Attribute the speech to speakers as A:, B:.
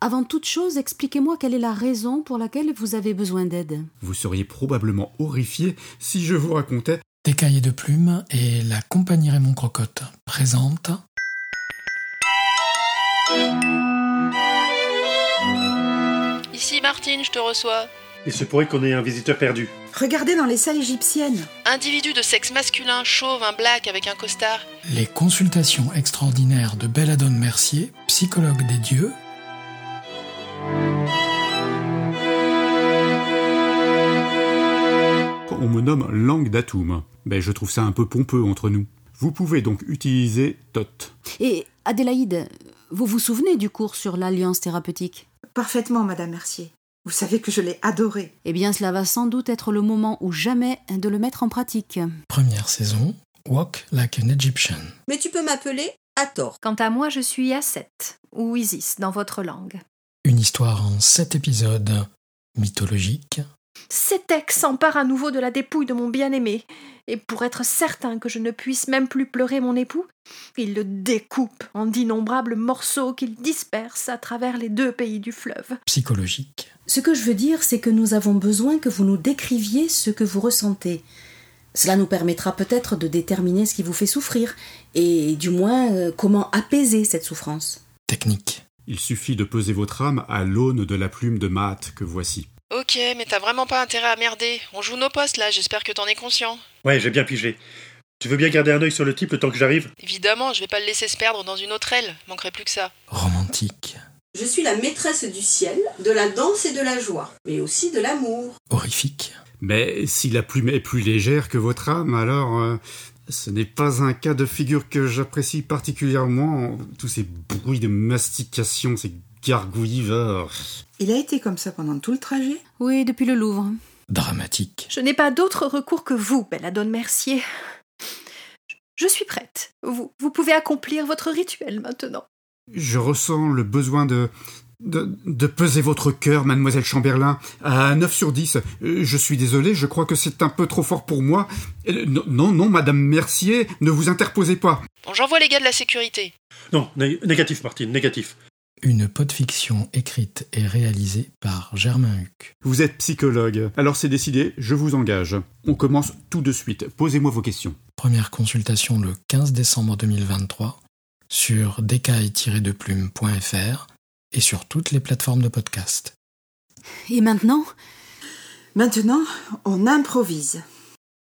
A: Avant toute chose, expliquez-moi quelle est la raison pour laquelle vous avez besoin d'aide.
B: Vous seriez probablement horrifié si je vous racontais
C: Des cahiers de plumes et la compagnie Raymond Crocotte présente
D: Ici Martine, je te reçois.
E: Il se pourrait qu'on ait un visiteur perdu.
F: Regardez dans les salles égyptiennes.
D: Individu de sexe masculin, chauve, un black avec un costard.
C: les consultations extraordinaires de Belladone Mercier, psychologue des dieux,
B: On me nomme langue d'atoum. Ben, je trouve ça un peu pompeux entre nous. Vous pouvez donc utiliser TOT.
A: Et Adélaïde, vous vous souvenez du cours sur l'alliance thérapeutique
F: Parfaitement, Madame Mercier. Vous savez que je l'ai adoré.
A: Eh bien, cela va sans doute être le moment ou jamais de le mettre en pratique.
C: première saison, Walk Like an Egyptian.
G: Mais tu peux m'appeler à tort.
H: Quant à moi, je suis Aset, ou Isis dans votre langue.
C: Une histoire en sept épisodes mythologique.
H: Cetex s'empare à nouveau de la dépouille de mon bien-aimé, et pour être certain que je ne puisse même plus pleurer mon époux, il le découpe en d'innombrables morceaux qu'il disperse à travers les deux pays du fleuve.
C: psychologique.
A: Ce que je veux dire, c'est que nous avons besoin que vous nous décriviez ce que vous ressentez. Cela nous permettra peut-être de déterminer ce qui vous fait souffrir, et du moins euh, comment apaiser cette souffrance.
C: Technique.
B: Il suffit de peser votre âme à l'aune de la plume de Maat que voici.
D: Ok, mais t'as vraiment pas intérêt à merder. On joue nos postes là, j'espère que t'en es conscient.
E: Ouais, j'ai bien pigé. Tu veux bien garder un œil sur le type le temps que j'arrive
D: Évidemment, je vais pas le laisser se perdre dans une autre aile, manquerait plus que ça.
C: Romantique.
G: Je suis la maîtresse du ciel, de la danse et de la joie, mais aussi de l'amour.
C: Horrifique.
B: Mais si la plume est plus légère que votre âme, alors euh, ce n'est pas un cas de figure que j'apprécie particulièrement. Tous ces bruits de mastication, ces gargouillis. euh,
F: Il a été comme ça pendant tout le trajet.
A: Oui, depuis le Louvre.
C: Dramatique.
H: Je n'ai pas d'autre recours que vous, Belladone Mercier. Je- Je suis prête. Vous, vous pouvez accomplir votre rituel maintenant.
B: Je ressens le besoin de, de, de peser votre cœur, mademoiselle Chamberlain, à 9 sur 10. Euh, Je suis désolé, je crois que c'est un peu trop fort pour moi. Euh, Non, non, non, madame Mercier, ne vous interposez pas.
D: Bon, j'envoie les gars de la sécurité.
E: Non, né- négatif, Martine, négatif.
C: Une pod-fiction écrite et réalisée par Germain Huck.
B: Vous êtes psychologue, alors c'est décidé, je vous engage. On commence tout de suite, posez-moi vos questions.
C: Première consultation le 15 décembre 2023 sur décaille-deplume.fr et sur toutes les plateformes de podcast.
A: Et maintenant
F: Maintenant, on improvise.